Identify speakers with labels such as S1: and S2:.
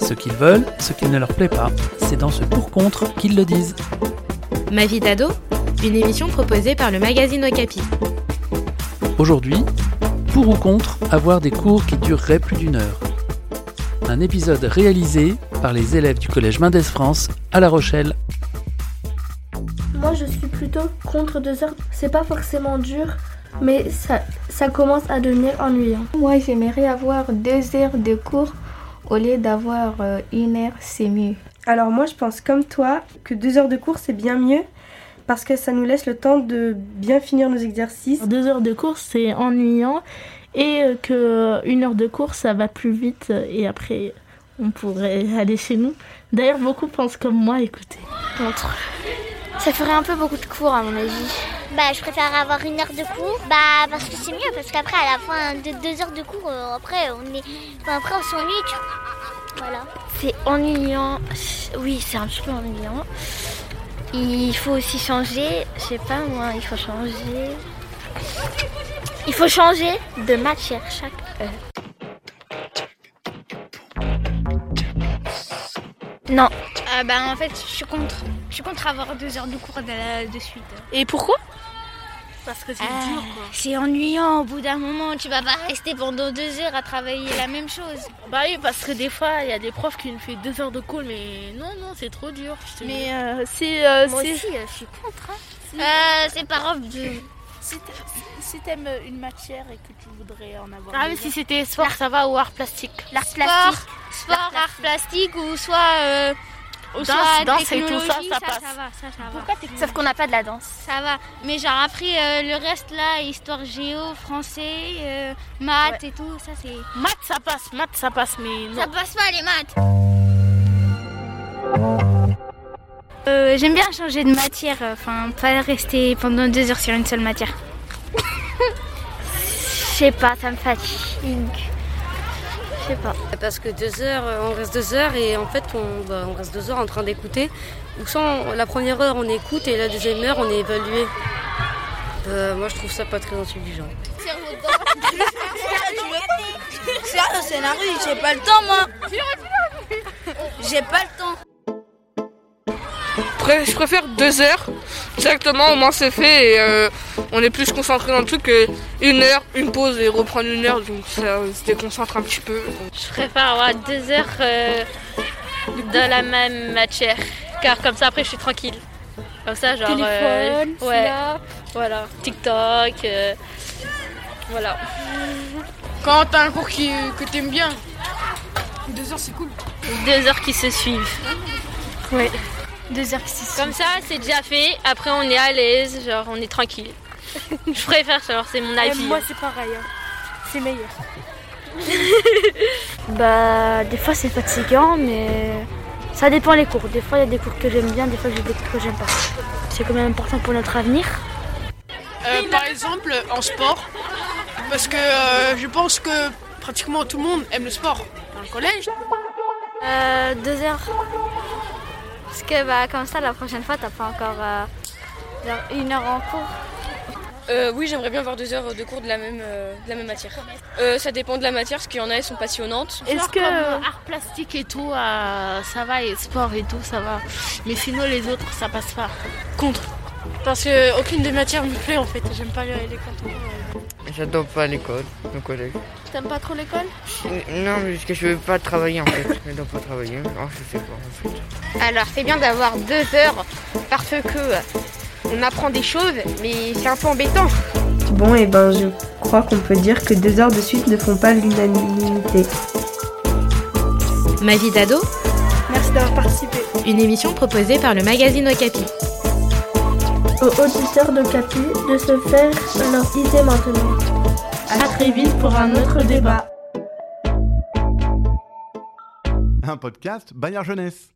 S1: Ce qu'ils veulent, ce qui ne leur plaît pas, c'est dans ce pour-contre qu'ils le disent.
S2: Ma vie d'ado, une émission proposée par le magazine Okapi.
S1: Aujourd'hui, pour ou contre avoir des cours qui dureraient plus d'une heure. Un épisode réalisé par les élèves du collège Mendès France à La Rochelle.
S3: Moi je suis plutôt contre deux heures. C'est pas forcément dur, mais ça, ça commence à devenir ennuyant.
S4: Moi, j'aimerais avoir deux heures de cours au lieu d'avoir euh, une heure, c'est mieux.
S3: Alors moi je pense comme toi que deux heures de cours c'est bien mieux parce que ça nous laisse le temps de bien finir nos exercices.
S5: Deux heures de course, c'est ennuyant. Et euh, que euh, une heure de course, ça va plus vite. euh, Et après, on pourrait aller chez nous. D'ailleurs, beaucoup pensent comme moi, écoutez.
S6: Ça ferait un peu beaucoup de cours à mon avis.
S7: Bah, je préfère avoir une heure de cours. Bah, parce que c'est mieux, parce qu'après, à la fin de deux heures de cours, euh, après, on est. enfin, après, on s'ennuie, tu vois. Voilà.
S8: C'est ennuyant. C'est- Oui, c'est un petit peu ennuyant. Il faut aussi changer. Je sais pas moi, il faut changer. Il faut changer de matière chaque heure. Non.
S7: bah, en fait, je suis contre. Je suis contre avoir deux heures de cours de, suite.
S9: Et pourquoi Parce que c'est
S7: Ah,
S9: dur,
S8: C'est ennuyant au bout d'un moment. Tu vas pas
S7: Rester pendant deux heures à travailler la même chose.
S9: Bah oui, parce que des fois, il y a des profs qui nous font deux heures de cours, mais non, non, c'est trop dur.
S5: Mais euh, c'est.
S7: je suis contre. Euh, c'est pas grave de.
S5: si t'aimes une matière et que tu voudrais en avoir.
S9: Ah, mais si c'était sport, ça va, ou art plastique.
S7: L'art plastique. Sport, art, plastique ou
S9: Ah,
S7: soit. euh, ou
S9: Danse,
S7: soit
S9: danse et tout
S7: technologie,
S9: ça, ça passe.
S7: va, ça, ça va.
S8: Sauf qu'on n'a pas de la danse.
S7: Ça va. Mais genre après euh, le reste là, histoire géo, français, euh, maths et tout, ça c'est.
S9: Maths, ça passe, maths, ça passe, mais non.
S7: Ça passe pas les maths. Euh, J'aime bien changer de matière, euh, enfin pas rester pendant deux heures sur une seule matière.
S8: Je sais pas, ça me fatigue. Je sais pas.
S10: Parce que deux heures, euh, on reste deux heures et en fait on, bah, on reste deux heures en train d'écouter. Ou sans la première heure on écoute et la deuxième heure on est évalué. Euh, moi je trouve ça pas très intelligent.
S11: Ah, C'est la rue, j'ai pas le temps moi J'ai pas le temps
S12: je préfère deux heures. Exactement, au moins c'est fait et euh, on est plus concentré dans le truc que une heure, une pause et reprendre une heure. Donc ça se déconcentre un petit peu.
S8: Je préfère avoir deux heures euh, dans la même matière. Car comme ça, après, je suis tranquille. Comme ça, genre. euh, ouais. Voilà. TikTok. euh, voilà.
S12: Quand t'as un cours qui, euh, que t'aimes bien, deux heures c'est cool.
S8: Deux heures qui se suivent.
S6: Deux heures qui se
S8: Comme ça, c'est déjà fait. Après, on est à l'aise. Genre, on est tranquille. je préfère, genre, c'est
S6: Euh,
S8: mon avis.
S3: c'est pareil, c'est meilleur.
S13: Bah, des fois c'est fatigant, mais ça dépend les cours. Des fois il y a des cours que j'aime bien, des fois il y a des cours que j'aime pas. C'est quand même important pour notre avenir.
S12: Euh, par exemple, en sport, parce que euh, je pense que pratiquement tout le monde aime le sport dans le collège.
S8: Euh, deux heures. Parce que bah, comme ça, la prochaine fois, t'as pas encore euh, genre une heure en cours.
S10: Euh, oui j'aimerais bien avoir deux heures de cours de la même, euh, de la même matière. Euh, ça dépend de la matière parce qu'il y en a elles sont passionnantes.
S5: Est-ce que.
S9: euh, art plastique et tout, euh, ça va, et sport et tout, ça va. Mais sinon, les autres, ça passe pas. Contre. Parce que aucune des matières me plaît en fait. J'aime pas les contours.
S14: J'adore pas l'école, le collège.
S5: T'aimes pas trop l'école
S14: Non, mais parce que je veux pas travailler en fait. J'adore pas travailler. Non, je sais pas en fait.
S2: Alors, c'est bien d'avoir deux heures parce que on apprend des choses, mais c'est un peu embêtant.
S3: Bon et ben je crois qu'on peut dire que deux heures de suite ne font pas l'unanimité.
S2: Ma vie d'ado,
S3: Merci d'avoir participé.
S2: une émission proposée par le magazine Okapi.
S3: Aux auditeurs de Capu de se faire leur idée maintenant.
S5: À très vite pour un autre débat.
S15: Un podcast Bayard Jeunesse.